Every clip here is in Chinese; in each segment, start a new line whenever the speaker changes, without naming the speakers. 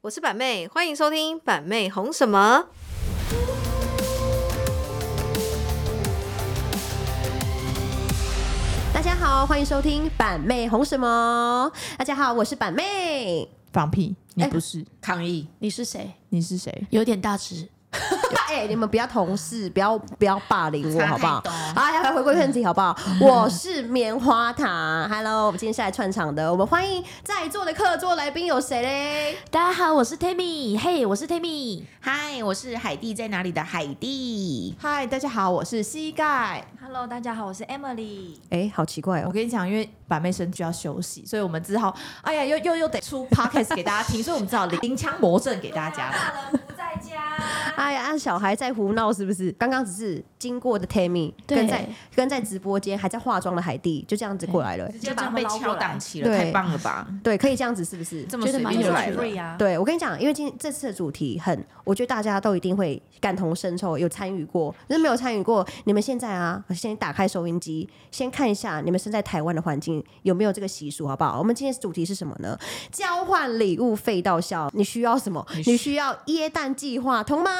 我是板妹，欢迎收听板妹红什么。
大家好，欢迎收听板妹红什么？大家好，我是板妹。
放屁！你不是，
哎抗议，
你是谁？
你是谁？
有点大只，
哎、你们不要同事，不要不要霸凌我，好不好
差太？
好，来回归正题，好不好？我是棉花糖。Hello，我们今天是来串场的，我们欢迎在座的客座来宾有谁嘞？
大家好，我是 Tammy，嘿，我是 Tammy。
嗨，我是海蒂在哪里的海蒂，
嗨，大家好，我是膝盖。
Hello，大家好，我是 Emily。
哎、好奇怪
我
哦。
跟你讲，因为板妹生就要休息，所以我们只好，哎呀，又又又得出 podcast 给大家听， 所以我们只好临枪魔阵给大家了。
哎呀，啊小孩在胡闹是不是？刚刚只是经过的 Tammy，
对
跟在跟在直播间还在化妆的海蒂，就这样子过来了、
直
接
接
把
这
他
样
们
被
捞过
敲
来
档起了，
对
太棒了吧？
对，可以这样子是不是？
这么
觉
随
得蛮
便
有
就来
趣
了，
味啊，
对，我跟你讲，因为今这次的主题很，我觉得大家都一定会感同身受，有参与过。那没有参与过，你们现在啊，先打开收音机，先看一下你们身在台湾的环境有没有这个习俗，好不好？我们今天主题是什么呢？交换礼物废到笑，你需要什么？你需要耶诞计划通吗？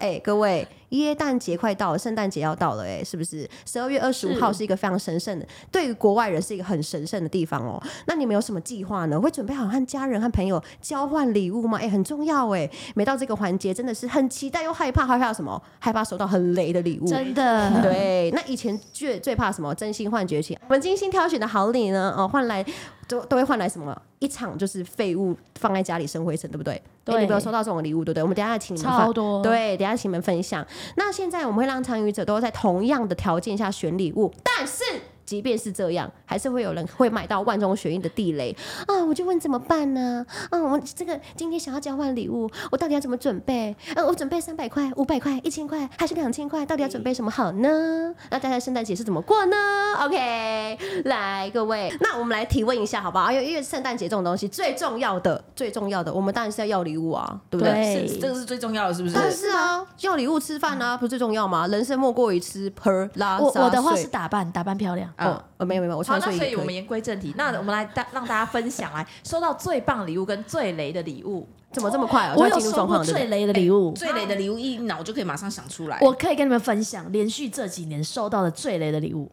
哎、各位。耶诞节快到了，圣诞节要到了、哎，是不是？十二月二十五号是一个非常神圣的，对于国外人是一个很神圣的地方哦。那你们有什么计划呢？会准备好和家人和朋友交换礼物吗？哎、很重要哎、每到这个环节，真的是很期待又害怕，害怕什么？害怕收到很雷的礼物。
真的。
对，那以前最最怕什么？真心换绝情。我们精心挑选的好礼呢，哦，换来都都会换来什么？一场就是废物放在家里生灰尘，对不对？
对
哎你没有收到这种礼物，对不对？我们等一下请你们
超
放。
多，，
对，等一下请你们分享。那现在我们会让参与者都在同样的条件下选礼物，但是即便是这样，还是会有人会买到万中选一的地雷啊！我就问怎么办呢？啊，我这个今天想要交换礼物，我到底要怎么准备？呃、我准备三百块、五百块、一千块还是两千块？到底要准备什么好呢？那大家圣诞节是怎么过呢？OK，来各位，那我们来提问一下好不好？因为因为圣诞节这种东西最重要的、最重要的，我们当然是要要礼物啊，对不对？
哎
对
是这个是最重要的，是不是？
但是啊，要礼物吃饭啊，不是最重要吗？人生莫过于吃喝拉
我
撒
我的话
睡
是打扮，打扮漂亮。
哦，呃没有没有，我穿
好，那
睡衣
所
也
以我
可
们
以。
言归正题，那我们来大让大家分享来收到最棒礼物跟最雷的礼物，
怎么这么快啊？
我
就要
有
进入状
收
况
过
对不
最
对
雷的礼
哎
物，
最雷的礼物一脑就可以马上想出来，
我可以跟你们分享，连续这几年收到的最雷的礼
啊
物。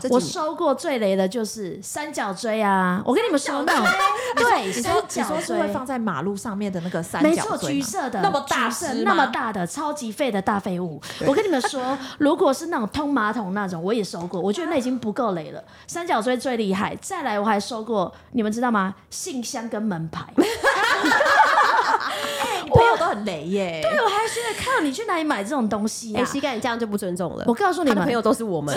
这
嗯我
几
收过最雷的就是三角锥啊！我跟你们说那种，对，
你
三
说你
角
说是
锥
会放在马路上面的那个三
没
角
错，
锥
橘
吗？
色的
那么大
橘色
只吗
那么大的超级废的大废物。我跟你们说，如果是那种通马桶那种，我也收过，我觉得那已经不够累了。三角锥最厉害，再来我还收过，你们知道吗？信箱跟门牌。
你朋友都很雷耶，
对，我还觉得靠，你去哪里买这种东西啊
哎，
呀、
膝盖你这样就不尊重了
我。告诉你
他
们，啊
的朋友都是我们，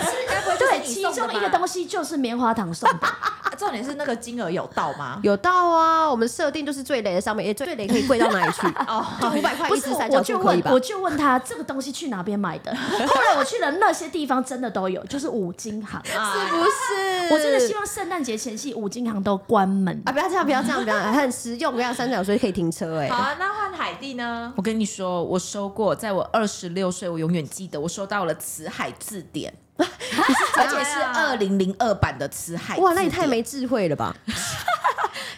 对，其中一个东西就是棉花糖送的，
啊重点是那个金额有到吗？
有到啊！我们设定就是最雷的商品，哎，最雷可以贵到哪里 去？哦，五百块
啊不
一
是
只
我
三角
我就
就可以
问
吧
我？就问他这个东西去哪边买的，后来我去了那些地方，真的都有，就是五金行。啊
啊
是不是？
我真的希望圣诞节前夕五金行都关门。
啊！不要这样，不要这样，不要这样很实用。我跟你讲，三角锥可以停车，哎
好，啊，那换海蒂呢？
我跟你说，我收过，在我二十六岁，我永远记得，我收到了《辞海字典》。 而且是二零零二版的《辞海字典》，
哇，那你太没智慧了吧？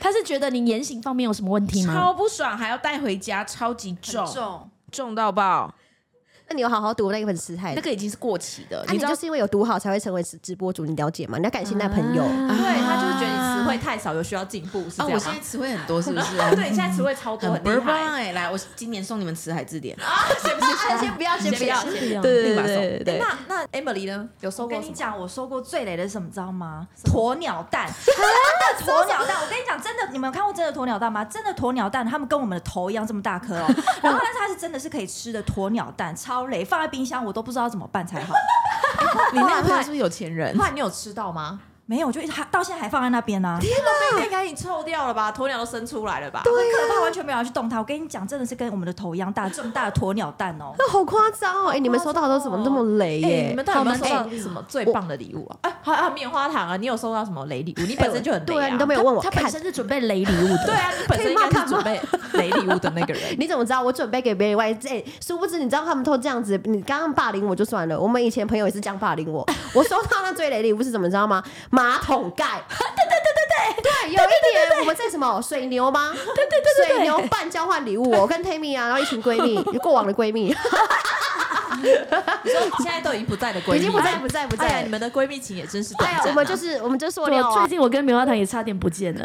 他是觉得你言行方面有什么问题吗？
超不爽，还要带回家，超级重，
重
重到爆。
那你有好好读那一份吃海
那个已经是过期的，
啊，
你
你
知道
就是因为有读好才会成为直直播主，你了解吗？你要感谢那朋友。
对他就是觉得你词汇太少，有需要进步，是这
啊？我
样
现
吗
在？词汇很多，是不是？
对，你现在词汇超多，
很
很
倍
厉
儿棒
害。
哎！来，我今年送你们《辞海字典》。嗯
啊 先不要，先不要，
不要
对
立马
对
送
对对。
那那 Emily 呢？有收
我
过
跟
什
你
么？
讲，我收过最雷的是什么，你知道吗？鸵鸟 蛋，真的鸵鸟蛋。我跟你讲，真的，你们有看过真的鸵鸟蛋吗？真的鸵鸟蛋，它们跟我们的头一样这么大 颗哦。然后，但是它是真的是可以吃的鸵鸟蛋，超雷，放在冰箱我都不知道怎么办才 好。
你那个朋友是不是有钱人
后？来你有吃到吗？
没有，我就一直还到现在还放在那边呢、啊，
那应该已经臭掉了吧？鸵鸟都生出来了吧？
很可怕，完全没有人要去动它。我跟你讲，真的是跟我们的头一样大，这么大的鸵鸟蛋哦。
那好夸张哦！哎，你们收到的都怎么那么雷
哎，你
耶
们？到底有没有收到什么最棒的礼物啊？哎，还有棉花糖啊！你有收到什么雷礼物？你本身就很雷
对啊，你都没
有。
有问我
他本
看。
身是准备雷礼物 的，
对啊，你本身应该是 准备雷礼物的那个人。
你怎么知道我准备给别人外？哎，殊不知你知道他们都这样子。你刚刚霸凌我就算了，我们以前朋友也是这样霸凌我。我收到那最雷礼物是怎么，你知道吗？马桶盖。对对对对对，对，有一年我们在什么水牛吗？对对对水牛办交换礼物，我跟 Tammy 啊，然后一群闺蜜，过往的闺蜜，
你说 现在都已经不在的闺蜜，
已经不在不在不
哎呀，
在
你。们的闺蜜情也真是短
哎呀
暂，啊。
我们就是我们就塑料
我最
啊，
近我跟棉花糖也差点不见了，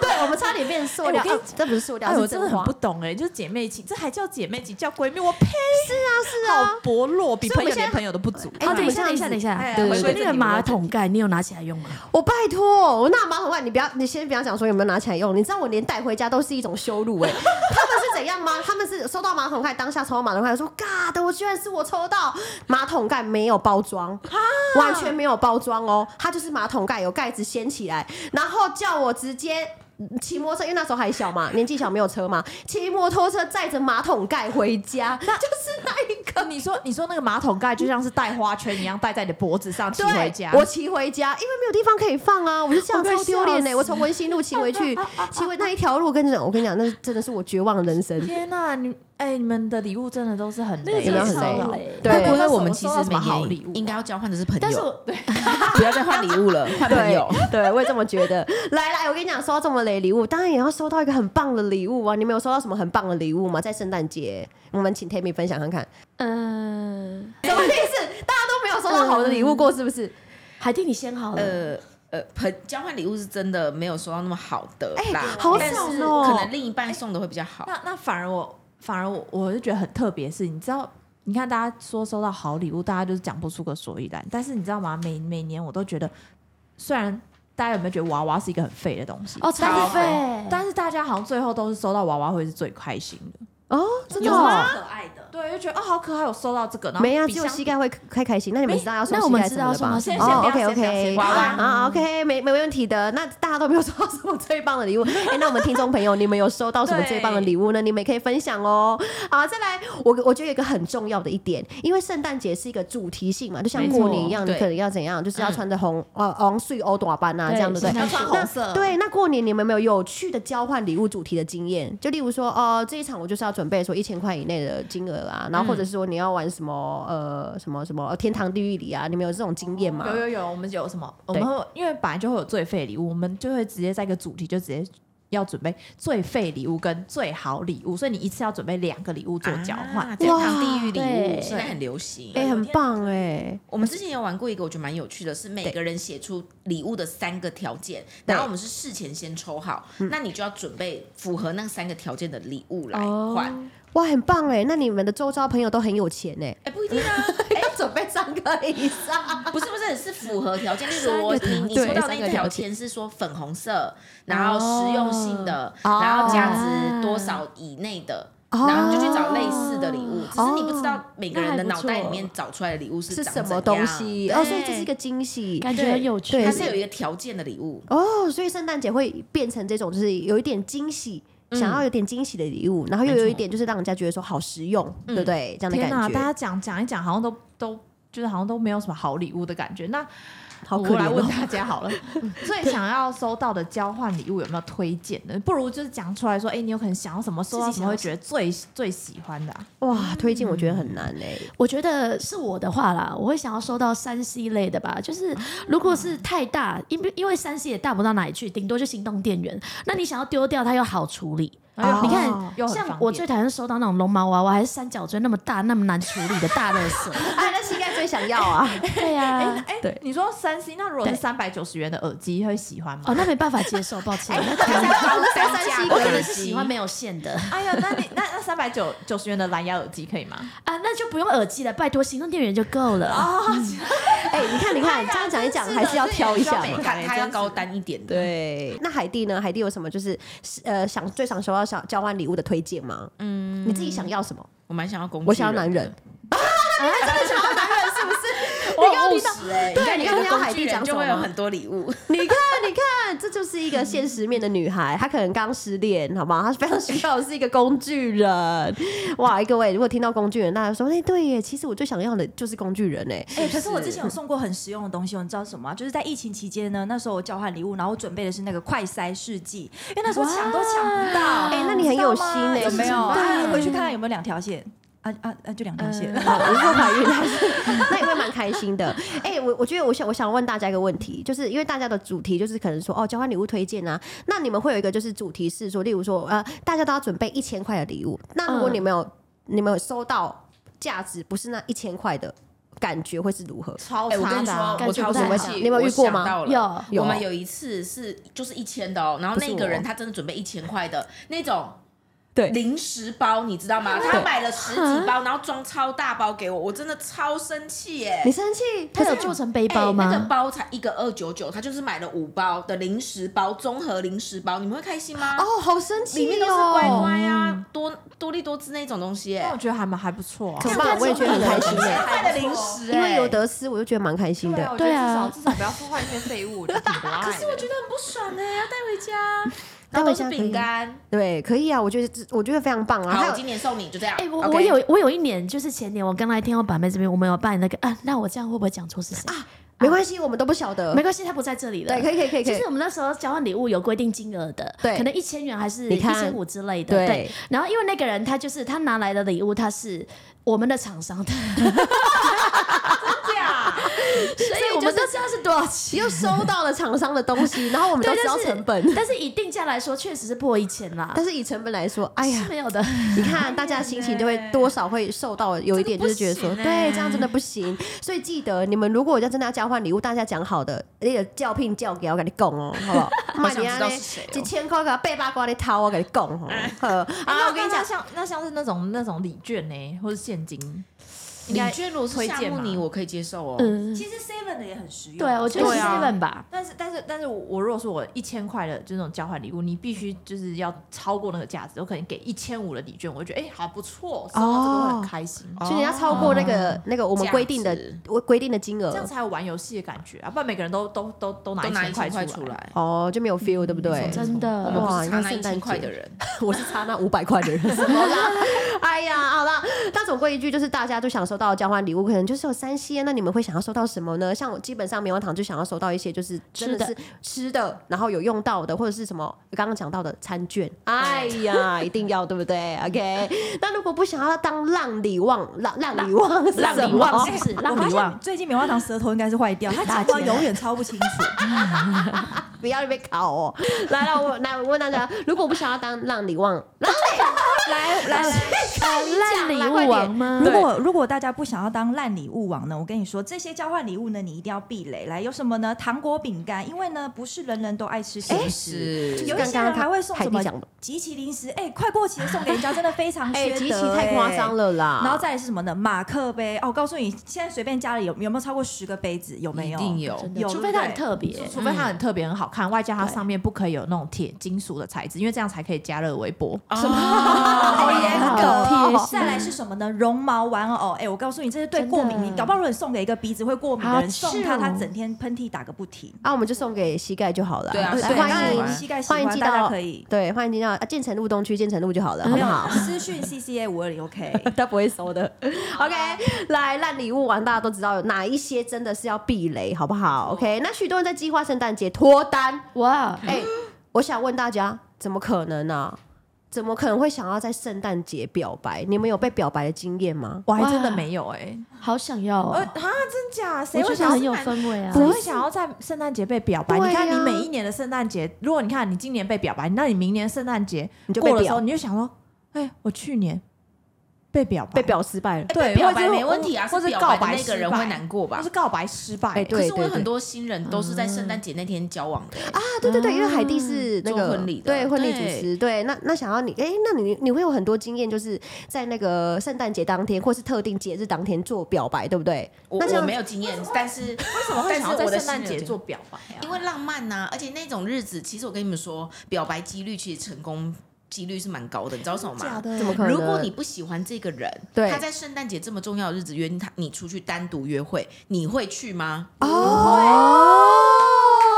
对，哎我们差点变塑料，
哎我跟你
啊这不是塑料，
哎，我
是真
真的很
话
不。懂哎，就是姐妹情，这还叫姐妹情，叫闺蜜？我呸！
是啊，
好薄弱，比
所以我们
朋友
现
连
在
朋友都不足。
哎
哦，
你
等一
们这样
下，等一下，
子
等一下
哎，
对
回
对
归正
对，
题
那个马桶盖你有拿起来用吗？
我拜托，我那马桶盖，你不要，你先不要讲说有没有拿起来用，你知道我连带回家都是一种羞辱 哎、他们是怎样吗？他们是收到马桶盖，当下抽到马桶盖，说 God，我居然是我抽到马桶盖，没有包装，完全没有包装哦，它就是马桶盖有盖子掀起来，然后叫我直接。骑摩托车，因为那时候还小嘛，年纪小没有车嘛，骑摩托车载着马桶盖回家，就是那一 个。
你说，你说那个马桶盖就像是戴花圈一样戴在你的脖子上，骑
对，
回家。
我骑回家，因为没有地方可以放啊，我就这样超丢脸呢。我从文心路骑回去，骑回那一条路，我跟你讲，我跟你讲，那真的是我绝望的人 生。
天哪，你哎，你们的礼物真的都是很累，
有没有很累
超
累
对
会不
对
会我们其实每
好
年
礼物，
应该要交换的是朋友，
但是我
不要再换礼物了，换朋友。
对，我也这么觉得。来来，我跟你讲，收到这么雷礼物，当然也要收到一个很棒的礼物啊！你们有收到什么很棒的礼物吗？在圣诞节，我们请 Tammy 分享看看。
嗯，
什么意思？大家都没有收到好的礼物过，是不是？
海蒂你先好了，
呃呃，朋交换礼物是真的没有收到那么好的啦，
好
但是
爽哦
可能另一半送的会比较好。
那那反而我反而我我就觉得很特别，是你知道，你看大家说收到好礼物，大家就是讲不出个所以然。但是你知道吗？每每年我都觉得，虽然大家有没有觉得娃娃是一个很废的东西，
哦，
但
超
是
费，
但是大家好像最后都是收到娃娃会是最开心的。
哦，真的
有
哦
吗
可爱的。
对，就觉得哦好可爱，我收到这个，然后
没啊，
比
只有
相
膝盖会开开心。那你们知道要送
那我
膝
们
盖
知
什
道
么了
送
吧
到？先
哦
先不
，OK
要先不要
OK，
先不要娃娃
啊，OK，没没问题的。那大家都没有收到什么最棒的礼物，哎，那我们听众朋友，你们有收到什么最棒的礼物呢？你们也可以分享哦。好，再来，我我觉得有一个很重要的一点，因为圣诞节是一个主题性嘛，就像过年一样，你
对
可能要怎样，
嗯
就是要穿着红呃红碎欧短班啊，这样对不对？
对
要穿红色
那对，那过年你们有没有有趣的交换礼物主题的经验？就例如说，哦，这一场我就是要准备说一千块以内的金额啊，然后或者是说你要玩什么呃什么什么天堂地狱里啊，你们有这种经验吗？
哦有有有，我们有什么？我
对
们会因为本来就会有最废礼物，我们就会直接在一个主题就直接要准备最废礼物跟最好礼物，所以你一次要准备两个礼物做交换。
啊天堂地狱礼
对
物现在很流行。
哎、很棒哎、
我们之前有玩过一个，我觉得蛮有趣的，是每个人写出礼物的三个条件，然后我们是事前先抽好，那你就要准备符合那三个条件的礼物来换。
哇，很棒哎、那你们的周遭朋友都很有钱哎、
哎，不一定 啊，
要准备三个以上。
不是不是，是符合条件。例如我
三个
你
条
你抽
件哦
到那条件是说粉红色，然后实用性的，然后价值多少以内的。
哦
然后你就去找类似的礼物，只是你不知道每个人的脑袋里面找出来的礼物是
是
长
什么
怎
东
样
西？
对
哦，所以这是一个惊喜
感觉很有趣
对，
它是有一个条件的礼物。
哦，所以圣诞节会变成这种，就是有一点惊喜，想要有点惊喜的礼物，然后又有一点就是让人家觉得说好实用，对不对？这样的
天
感
大
觉，
家讲讲一讲，好像都都就是好像都没有什么好礼物的感觉。那
好可
我
怜、
来
哦。
问大家好了，最想要收到的交换礼物有没有推荐的？不如就是讲出来说，哎、你有可能想要什么，收到什么会觉得最最喜欢的啊、
哇，推荐我觉得很难哎、
我觉得是我的话啦，我会想要收到三 C 类的吧。就是如果是太大，因为因为三 C 也大不到哪里去，顶多就行动电源。那你想要丢掉它又好处理。
哎呦
你看
又很
像
方
我
便
最讨厌收到那种绒毛娃娃还是三角锥那么大、那么难处理的大垃圾。
哎，那膝盖最想要啊！
对呀、
哎哎、你说三 C，那如果是三百九十元的耳机会喜欢吗？
哦，那没办法接受，抱歉。
三三
我
膝
可
盖
能是喜欢没有线的
哎呀，那你那那三百九九十元的蓝牙耳机可以吗？
啊，那就不用耳机了，拜托，行动电源就够了。
哎、你看，你看，这样讲一讲，还是要挑一下
美
嘛。
感它要高单一点的。
对，那海蒂呢？海蒂有什么就是呃想最想收到小交换礼物的推荐吗？嗯，你自己想要什么？啊
我蛮想要工具，
我想要男人。。
我很务实哎，
对
你
你
看
刚刚听
你一个
到
工
海
具
蒂
人
讲什
就
么
会
吗
有很多礼物。
你看，你看，这就是一个现实面的女孩，她可能刚失恋，好吗？她非常需要的是一个工具人。哇，各位，如果听到工具人，大家说，哎、对耶，其实我最想要的就是工具人哎。
哎、可是我之前有送过很实用的东西，你知道什么吗？就是在疫情期间呢，那时候我交换礼物，然后我准备的是那个快筛试剂，因为那时候抢都抢不到。
哎那你很有心欸
有没
有没
有？
有嗯
对，回去看看有没有两条线。啊，啊啊啊，就两条线。
无后怀孕，但是那也会蛮开心的。哎、我我觉得我想我想问大家一个问题，就是因为大家的主题就是可能说哦交换礼物推荐啊，那你们会有一个就是主题是说，例如说呃大家都要准备一千块的礼物，那如果
嗯
你们有、你们有收到价值不是那一千块的感觉会是如何？
超
哎、我跟你
啊
说，
感
我
觉
超
不太
生
好
气，
你有没有遇过吗
我想到了
有
有
我们有一次是就是一千的哦，然后
不是
那个人
我
他真的准备一千块的那种。
对啊
零食包你知道吗？他买了十几包，然后装超大包给我，我真的超生气耶！
你生气？
他有做成背
哎
包吗？
那个包才一个二九九，他就是买了五包的零食包，综合零食包，你们会开心吗？
哦，好生气哦！
里面都是乖乖啊、多多利多滋那种东西耶
但。我觉得还蛮还不错啊
可。怕，我也觉得很开心耶、
快的零食，
因为有得吃，我就觉得蛮开心的。
对啊
至少不要破坏一些废物，我觉得挺可爱的。可是我觉
觉得很不爽哎，要带回家，
带
哎然
回
后都
家
是
可以
饼干。
对，可以啊，我觉得这我觉得非常棒啊。还
好，
有
我今年送你，就这样。
哎、我
OK
我有我有一年，就是前年我刚来天后板妹这边，我们有办那个啊，那我这样会不会讲错是谁？
没关系，我们都不晓得
没。关系，他不在这里了。
对，可以可以可以可
其
以
实。我们那时候交换礼物有规定金额的，
对
可能一千元还是
你
一
看
千五之类的。
对
然后因为那个人他就是他拿来的礼物，他是我们的厂 商的，所以我们都知道是多少钱。
又收到了厂商的东西，然后我们都
对，
知道
但是
成 本，
但是以定价来说，确实是破一千啦。
但是以成本来说，哎
是
呀，
没有的，
你看大家的心情就会 多少会受到有一点就是觉得说，
真的不行欸
对，这样真的不行。所以记得你们如果要真的要交换礼物，大家讲好的，那个叫聘叫给我跟你讲哦，好 不好？
好想知道
呢
是谁哦
一千块给八百块的掏，我跟你讲 哦。好啊，
啊，
我
我跟
跟
你
你讲，
讲，像那像是那种那种礼券呢，或者现金，应该
李娟如
推
推
荐
荐
嘛
你，我可以接受哦。
嗯，
其实 Seven 的也很实用。
对，我觉得
对
是
啊
seven 吧，
但是但是但是我我如果说我一千块的就那种交换礼物，你必须就是要超过那个价值，我可能给一千五的礼券，我就觉得哎、好不错，收到这个会很开心，
所以你要超过那个那个我们规定的
哦价值
我规定的金
这样
额，
才有玩游戏的感觉啊，不然每个人都都都都拿
都
一
拿一
千
嗯千块
块
出
出来。
来，
哦，就没有
嗯
feel，对不对？
真
我
的
们。不
哇
是
你
差
看
那一
圣诞
千块
节
的人。
我是差那五百块的人， 什么啦？哎呀，好啦，那总归一句就是，大家就想收到的交换礼物，可能就是有三 C，那你们会想要收到什么呢？像我基本上棉花糖就想要收到一些就是真的是吃的，然后有用到的，或者是什么刚刚讲到的餐 券。哎呀，一定要对不对？OK，那 如果不想要当浪里旺，浪浪里旺是什么，
浪里旺是不是？
我
浪
发
里旺
现。最近棉花糖舌头应该是坏掉，他情况永远超不清楚。
不要被考哦。来了，我来我问大家，如果不想要当浪里 旺，浪里来 来来，
呃烂
你讲啦
礼物王吗？
如果如果大家不想要当烂礼物王呢，我跟你说，这些交换礼物呢，你一定要避雷。来，有什么呢？糖果、饼干，因为呢，不是人人都爱吃
哎
咸食。
是
有一些人还会送什
海
么
蒂讲的
集齐零食，哎、快过期的送给人家，真的非常 缺
哎，
德、
极其太夸张
了。
了啦。
然后再来是什么呢？马克杯哦，我告诉你，现在随便家里有有没有超过十个杯子？有没
一
有？
定有。嗯
有
除非它很
对不对
特别。
除非它很特别、很好看，外加它上面不可以有那种铁金属的材质，因为这样才可以加热微波。
什么？
哦
好严格
好贴
哦
心！
再来是什么呢？绒毛玩偶，哎、我告诉你，这是对过敏，
真的
你搞不好如果你送给一个鼻子会过敏的
好
人，送他
臭
他整天喷嚏打个不停。
啊，我们就送给膝盖就好了。
对啊
来
对
欢
当
迎
然
膝盖喜
欢迎
欢
寄
大家
到
可以
对，欢迎寄到啊建成路东区建成路就好了，好
没
不
有
好？
私讯 CCA 五二零 OK。
他不会收的。OK，来烂礼物玩，大家都知道有哪一些真的是要避雷，好不好？OK，那许多人在计划圣诞节脱单，
哇，
哎、我想问大家，怎么可能呢、啊怎么可能会想要在圣诞节表白？你们有被表白的经验吗？
我还真的没有哎、
好想要
呃
哦！
啊，真假？谁
我
会
觉
想
得
要
很有氛围啊。
不会想要在圣诞节被表白。
对
你看，
呀
你每一年的圣诞节，如果你看你今年被表白，那你明年圣诞节
你就被
过的
表
时候，你就想说，哎，我去年被表白，
被表失败了。
对，
表
或
白
者
没问题啊，
或
是
者
表
告
白
白
的那个人会难过吧
就？是告白失败。
哎对
可是我有很多新人都是在圣诞节那天交往的欸。
啊，对对对，因为海蒂是那个
嗯做婚礼的
对婚礼主
对
持，对，那那想要你，哎，那你你会有很多经验，就是在那个圣诞节当天或是特定节日当天做表白，对不对？
我
那这样
我没有经验，但是为
为什么会想要在圣诞节做
做？
表白啊？
因为浪漫呐、而且那种日子，其实我跟你们说，表白几率其实成功几率是蛮高的，你知道为什么吗？
怎么可能？
如果你不喜欢这个人，
对
他在圣诞节这么重要的日子约他，你出去单独约会，你会去吗？
哦，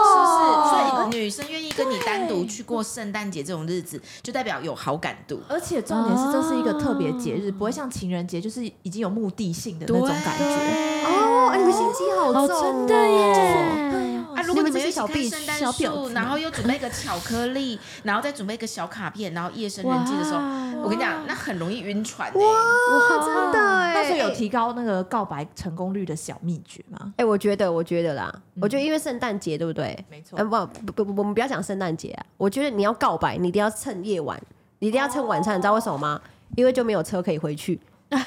是不是？所以女生愿意跟你单独去过圣诞节这种日子，就代表有好感度。
而且重点是，这是一个特别节日，不会像情人节就是已经有目的性的那
对
种感觉。
哦哦，哎，你们心机好
哦，
重哦，
真的耶！
啊，如果
你们
你们
有
一起
小
看
匕
圣
小
诞
婊
树，
子
然后又准备一个巧克力，然后再准备一个小卡片，然后夜深人静的时候，我跟你讲，那很容易晕船哎、
哇，真的哎、
那时候有提高那个告白成功率的小秘诀吗？
哎、我觉得，我觉得啦，我
嗯
觉得因为圣诞节对不对？
没错
呃，不不不，我们不要讲圣诞节啊。我觉得你要告白，你一定要趁夜晚，你一定要趁晚餐，你知道为什么吗？因为就没有车可以回去，
呃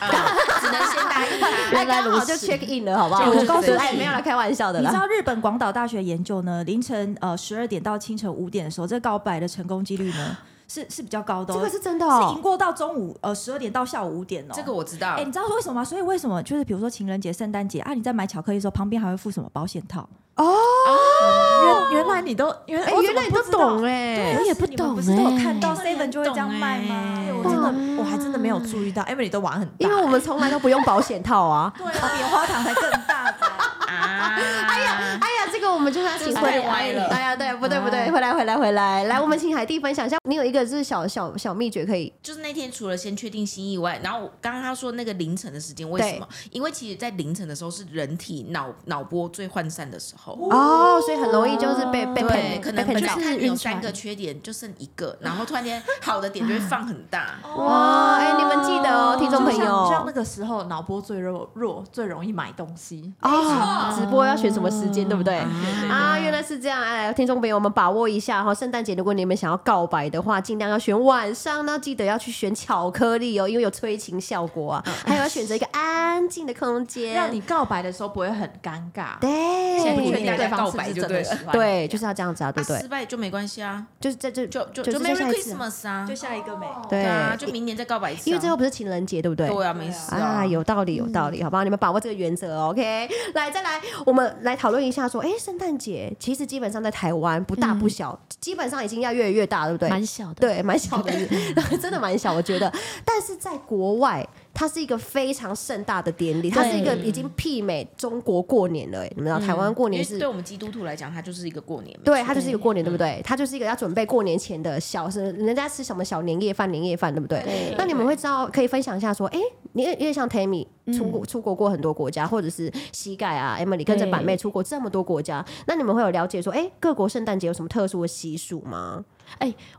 只能先答应他。
哎，刚好就 check in 了，好不好？
就是
我告诉
这
你，
样
哎，没有来开玩笑的
你知
啦。
道日本广岛大学研究呢，凌晨呃十二点到清晨五点的时候，这告白的成功几率呢是是比较高的、哦，
这个是真的
是赢
哦，
过到中午呃十二点到下午五点哦。
这个我知道，
哎、你知道为什么吗？所以为什么就是比如说情人节、圣诞节啊，你在买巧克力的时候，旁边还会附什么保险套？
原原来你都原来
哎，
我怎
原
么
来你
不
都
知道
懂哎，
我也不
你们
懂
不是都有
哎
看到
真的
Seven 就会这样卖吗？
很懂哎
哎
我
我
真
真的
的我还真的没有注意到，Emily 都玩很大，
因为我们从来都不用保险套啊。
对啊，比棉花糖才更大吧？
啊，
哎呀，哎呀，这个我们就是要请回
这太歪了
哎呀，对，不对不对，回来回来回来，来，我们请海蒂分享一下，你有一个是小小小秘诀可以
就是那天除了先确定心意外，然后我刚刚他说那个凌晨的时间为什么？因为其实，在凌晨的时候是人体脑脑波最涣散的时候。
哦，所以很容易就是被被
对，
骗，
可
被
能本
骗
来
到。
看你
就是晕
有三个
船
缺点，就剩一个，然后突然间好的点就会
啊
放很大。
哇，哎，你们记得哦，听众朋
就像就像那
友。
个时候脑波最弱弱，最容易买东西。
哦，直播要选什么时间，对不对？
嗯
对
啊，原来是这样，哎，听众朋友，我们把握一下哈。圣诞节，如果你们想要告白的话，尽量要选晚上，那记得要去选巧克力哦，因为有催情效果啊。
嗯
还有要选择一个安静的空间，
让你告白的时候不会很尴尬，
现在
不
鼓
确
励
定
对。
大家
对方是不
告白
是
就
真
对
的
了
喜欢你。
对，就是要这样子啊，对
啊
不对
失？败就没关系啊，
就是这就
就就
就
就 Merry
下一次啊，
Christmas 啊，
就下一个没。
对
啊，就明年再告白一次啊。
因为最后不是情人节，对不对？
对啊，没事
啊，有道理，有道理，好不好？你们把握这个原则，OK？来，哦 再来，我们来讨论一下，说，哎，圣诞节其实基本上在台湾不大不小，基本上已经要越来越大，对不对？
蛮小的。
对，蛮小的，真的蛮小，我觉得。但是在国外，它是一个非常盛大的典礼，它是一个已经媲美中国过年了。哎，你们
嗯
知道台湾过年
因为
是
对我们基督徒来讲，它就是一个过年。
对，它就是一个过年，对
嗯
不对？它就是一个要准备过年前的小是人家吃什么小年夜饭、年夜饭，对不对？那你们会知道，可以分享一下说，哎，你也也像 Tammy
嗯
出国、出国过很多国家，或者是膝盖啊 Emily 跟着板妹出国这么多国家，那你们会有了解说，哎，各国圣诞节有什么特殊的习俗吗？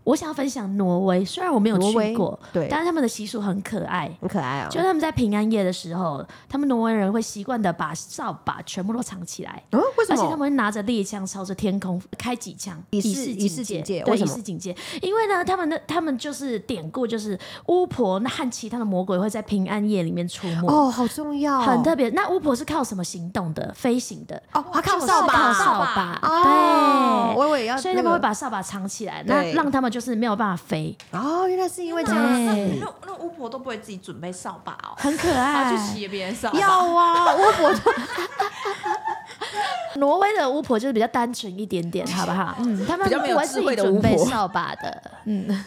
我想要分享挪威，虽然我没有
挪威
去过，
对，
但是他们的习俗很可爱。
很可爱哦
就。他们在平安夜的时候，他们挪威人会习惯的把扫把全部都藏起来，
嗯，为什
而且他们
么？
会拿着猎枪朝着天空开几枪，
以示
示
以示
警
警戒
对，
为什
以
么
示警戒。因为呢，他们的他们就是典故，就是巫婆那和其他的魔鬼会在平安夜里面出没。
哦，好重要，
很特别，那巫婆是靠什么行动的？飞行的，
哦，他靠
就是
扫把，
靠扫把，
哦，
对，
我以为要那个，
所以他们会把扫把藏起来，那
对
让他们就是没有办法飞，
哦，原来是因为这样
对
啊那那那巫婆都不会自己准备扫把哦，
很可
她
爱
去。骑 别人扫把。
要啊，我我
挪威的巫婆就是比较单纯一点点，好不好？嗯，他们
比较没有
不会
智
自
慧
己
的巫
准
婆
备扫把的，嗯，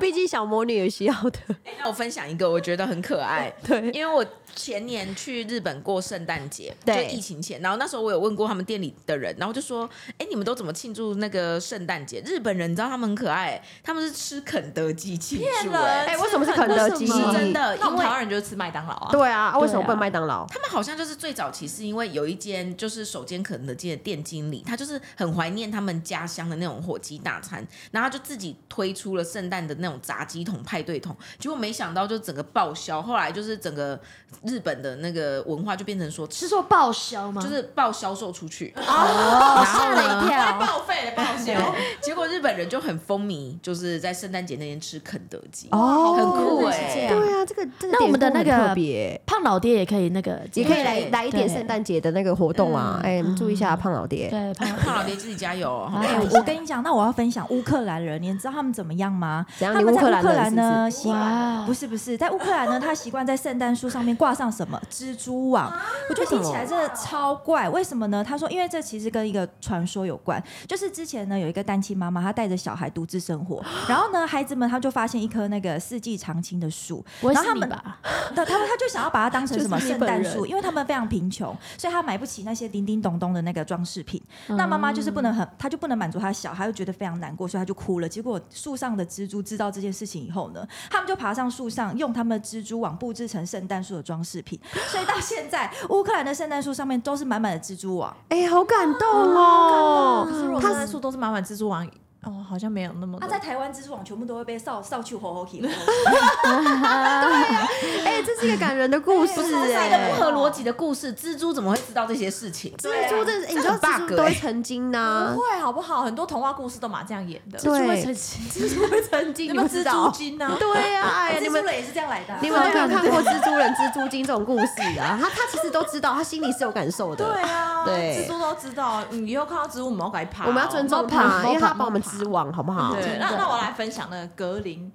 毕竟小魔女也需要 的，
啊
那我分享一个，我觉得很可爱。
对
因为我前年去日本过圣诞节，
对
就疫情前，然后那时候我有问过他们店里的人，然后就说：“哎，你们都怎么庆祝那个圣诞节？”日本人你知道他们很可爱，他们是吃肯德基庆祝、哎，
哎，为什么是肯德基？
为什
是
么
真的，
那我
因
们
为
台。湾人就是吃麦当劳啊。
对啊，为什么不
对
能
啊
麦当劳？
他们好像就是最早期是因为有一间就是首间肯德基的店经理，他就是很怀念他们家乡的那种火鸡大餐，然后他就自己推出了圣诞的那种炸鸡桶、派对桶，结果没想到就整个报销。后来就是整个日本的那个文化就变成 说
是
吃。
说报销吗？
就是报销售出去，
哦，吓了一跳。
报废的报销，
结果日本人就很风靡，就是在圣诞节那天吃肯德基，
哦
很酷
原来
哎、
是这样
对啊，这个这个
那我们的
典故
那
很
个
特别，
胖老爹也可以那个，
也
也
可以
对
来来一点
对
圣诞节的那个活动啊，哎，你们注意一下胖老爹，
对胖老
胖老爹自己加油哦！
哎、
哎
啊
我跟你讲，那我要分享乌克兰人，你知道他们怎么样吗？
怎样
他
你
们
乌
在
克
乌
兰
克
人是
兰
不是
呢，习
哇
不是不是，在乌克兰呢，他习惯在圣诞树上面挂上什么蜘蛛网，
啊
我觉得听起来真的超怪，为什么呢？他说，因为这其实跟一个传说有关，就是之前呢有一个单亲妈妈，她带着小孩独自生活，然后呢孩子们他就发现一棵那个四季常青的树，
不会
然
是
后他
你
们
吧？
对，他们他就想要把它当成什么
就是日
圣
本人
诞树，因为他们非常贫穷，所以他买不起那些叮叮咚咚的那个装饰品。
嗯
那妈妈就是不能很，他就不能满足他的小孩，又觉得非常难过，所以他就哭了。结果树上的蜘蛛知道这件事情以后呢，他们就爬上树上，用他们的蜘蛛网布置成圣诞树的装饰品，所以到现在乌克兰的圣诞树上面都是满满的蜘蛛网。
哎、好感动哦！
可是我看树都是满满蜘蛛网，哦，好像没有那么
那、
多。
啊在台湾，蜘蛛网全部都会被扫扫去吼吼起，
哎、这是一个感人的故
不
事
是这是一个
哎、
不合逻辑的故事，蜘蛛怎么会知道这些事情？
蜘蛛真的是，哎你知道
这很
蜘
bug
蛛都会
哎
成精呐、
不会好不好？很多童话故事都嘛这样演的，
对
就会成精，
成精
你们蜘蛛精呢？
对呀、啊，哎呀，
蜘
你
蛛
们
人也是这样来的啊、
你们有没有看过蜘蛛人、蜘蛛精这种故事啊？他他其实都知道，他心里是有感受的。
对 啊，
对
蜘蛛都知道，你以后看到蜘蛛，我们要赶快爬哦。
我们要哦尊重
猫爬
他，因为
猫爬
他帮我们织网，好不好？
对，那那我来分享那个格林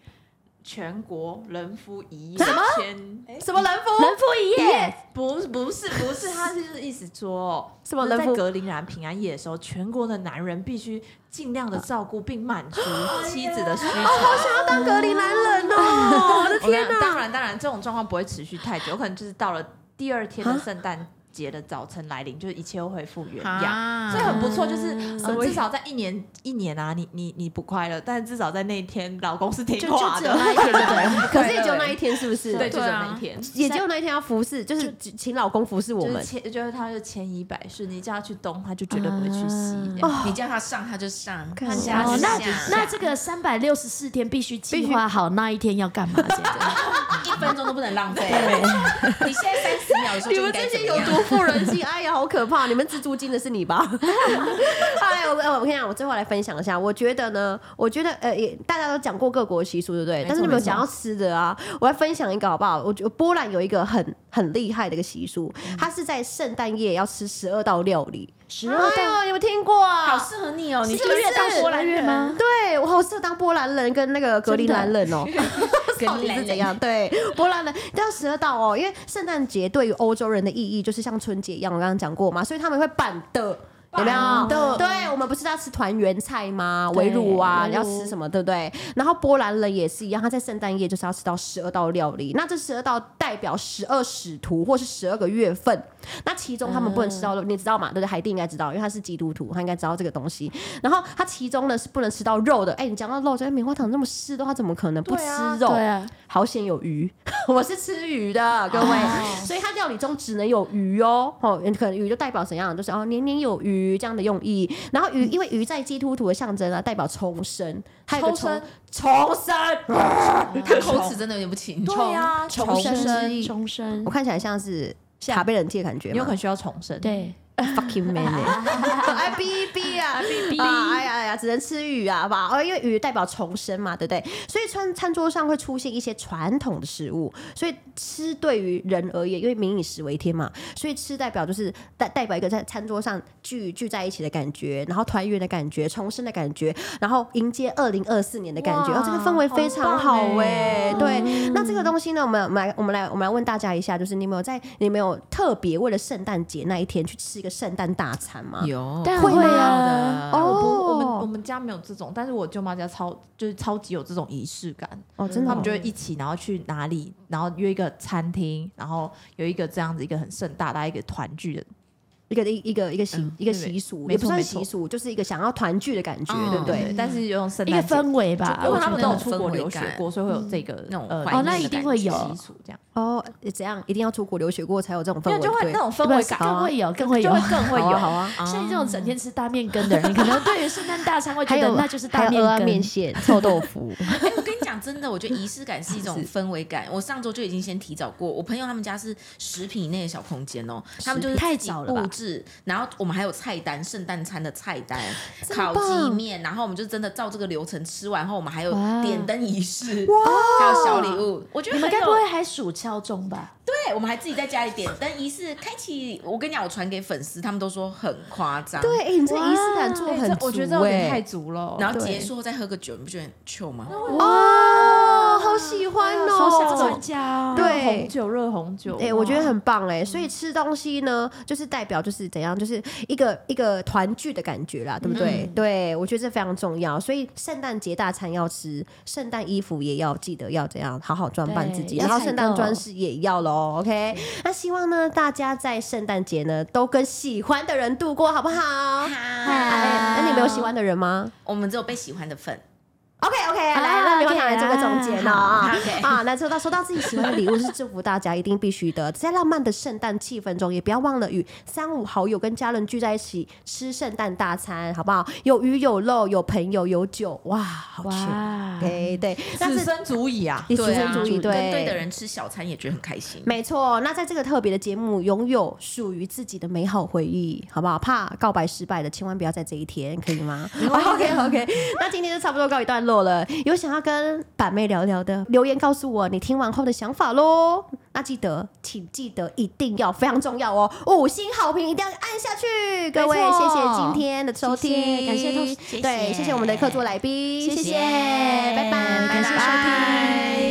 全国人夫一夜签，
什么人夫？
人夫一夜，
不是不是不是，他就是意思说，哦
什么
就是
人
在
夫
格陵兰平安夜的时候，全国的男人必须尽量的照顾并满足
哎
妻子的需求。
哦想要当格林兰人 哦！我的
我跟你
天
讲当
哪！
然当然，这种状况不会持续太久，可能就是到了第二天的
啊
圣诞节的早晨来临，就是一切又恢复原样。
啊
嗯
所以很不错，就是、呃、至少在一年一年啊，你你你不快乐，但至少在那一天，老公是听
就就
话
只有
的，
那一天，对不对？
可是也只有那一天，是不是？
对，就只有
对啊
那一天。
也只有那一天要服侍，就是只请老公服侍我
就是
们。
千，就是他就千依百顺，你叫他去东，他就绝对不会去西。
啊
你叫他上他就上，
看
他下
哦
就，
那
下，
那这个三百六十四天必须计划好那一天要干嘛，这样
一分钟都不能浪费。你现在三十秒的时候，
你们这些有 多妇人心，哎呀，好可怕！你们蜘蛛精的是你吧？ 哎，我我我跟你讲，我最后来分享一下，我觉得呢，我觉得呃，也大家都讲过各国习俗，对不对？但是你们有讲到吃的啊，我来分享一个好不好？我觉得波兰有一个很很厉害的一个习俗，它是在圣诞夜要吃十二道料理。嗯十二道、哎呦，你们听过啊？
好适合你哦，你
是
这
不
个
是
月当波兰
月
人
吗？
对我好适合当波兰人跟那个格陵兰人哦、到底是怎样？对，波兰人都要十二道哦，因为圣诞节对于欧洲人的意义就是像春节一样，我刚刚讲过嘛，所以他们会板的。有没有？对，我们不是要吃团圆菜吗？
嗯对
围炉啊，
围炉
要吃什么，对不对？然后波兰人也是一样，他在圣诞夜就是要吃到十二道料理。那这十二道代表十二使徒或是十二个月份。那其中他们不能吃到肉，你知道嘛？对不对？海蒂应该知道，因为他是基督徒，他应该知道这个东西。然后他其中呢是不能吃到肉的。哎，你讲到肉，觉得棉花糖那么湿的话，怎么可能不吃肉？
对啊，
好险有鱼， 我是吃鱼的，各位，所以它料理中只能有鱼哦，哦，可能鱼就代表怎样，就是哦年年有余这样的用意。然后鱼，因为鱼在基督徒的象征啊，代表重生，还有一个重重生，
他口齿真的有点不清。
对啊，
重生之意。
重生
我，看起来像是卡贝冷气的感觉
你有可
吗
能需要重生。，
对，
？Fucking man，欸 哎哔哔啊
哔哔
啊！哎呀哎呀，只能吃鱼啊吧，哦，因为鱼代表重生嘛，对不对？所以餐餐桌上会出现一些传统的食物，所以吃对于人而言，因为民以食为天嘛，所以吃代表就是代代表一个在餐桌上聚聚在一起的感觉，然后团圆的感觉，重生的感觉，然后迎接二零二四年的感觉，
哇
哦，这个氛围非常好
好棒
哎、对，那这个东西呢，我们我们来我们来我们来问大家一下，就是你们有在你们有特别为了圣诞节那一天去吃一个圣诞大餐吗？
有
但
会
会
啊
啊，
我不，我们
哦
我们家没有这种，但是我舅妈家超就是超级有这种仪式感。
哦，真的、
他
哦
们，就会一起，然后去哪里，然后约一个餐厅，然后有一个这样子一个很盛大大家一个团聚的，
一个一一个一个习、一个
嗯对
习俗，
没
也不
错
算
没
习
错
俗，就是一个想要团聚的感觉，
嗯
对不对？
但是有种圣
一个
诞节啊
氛围吧，
因为
我
他
觉
们
得
都有出国留学过，所以会有这个
那种
呃
怀念的
哦那一定会 有
习俗这样，
哦，怎样？一定要出国留学过才有这种氛
因为
围，
就会
对啊
那种氛
对
围
吧
感，
更会有，更会
就
有
会。更会有
好啊。好啊
像你这种整天吃大面羹的人，可能对于圣诞大餐会 觉
还有
得那就是
还
大
有
面
鹅啊
羹。
面 线、臭豆腐，
哎、我跟你讲，真的，我觉得仪式感是一种氛围感。我上周就已经先提早过，我朋友他们家是十平以内的小空间哦，他们就是
太
自己
早了吧
布置，然后我们还有菜单，圣诞餐的菜单，
真
烤
棒
鸡面，然后我们就真的照这个流程吃完后，我们还有
哇
点灯仪式，还有小礼物，我觉得
你们
很
该
有
不会还数敲钟吧？
对，我们还自己在家里点灯仪式开启。我跟你讲，我传给粉丝，他们都说很夸 张。
对，哎、你这仪式感做
哎
很
这我觉得这
足
有点
哎
太足了，
然后
对
结束后再喝个酒，你不觉得很 chill 吗？
哦，好喜欢
哎
哦，
好想参加哦。
对
红酒热红酒，
哎、我觉得很棒哎、所以
嗯
吃东西呢，就是代表就是怎样，就是一个一个团聚的感觉啦，对不对？
嗯
对，我觉得这非常重要。所以圣诞节大餐要吃，圣诞衣服也要记得要怎样好好装扮自己，
对
然后
要采
圣诞
购
装饰也要喽。OK，那希望呢大家在圣诞节呢都跟喜欢的人度过，好不好？啊哎那、你们有喜欢的人吗
我们只有被喜欢的份。
？OK OK，来来来你们两人做个总结呢啊
OK
啊！那收到收到自己喜欢的礼物是祝福大家，一定必须的。在浪漫的圣诞气氛中，也不要忘了与三五好友跟家人聚在一起吃圣诞大餐，好不好？有鱼有肉，有朋友有酒，哇，好
哇
甜！对对，但
此
是
生足矣啊！
你此
对
生
啊，
足矣，
跟对的人吃小餐也觉得很开心。
没错，那在这个特别的节目，拥有属于自己的美好回忆，好不好？怕告白失败的，千万不要在这一天，可以 吗哦？OK OK，那今天就差不多告一段落了。有想要跟板妹聊聊的，留言告诉我你听完后的想法喽。那记得，请记得一定要非常重要哦，五星好评一定要按下去，各位，
没
谢
错
谢今天的收听，
谢谢感谢同事
对，谢谢我们的客座来宾，
谢谢
拜拜，
感谢收听
拜拜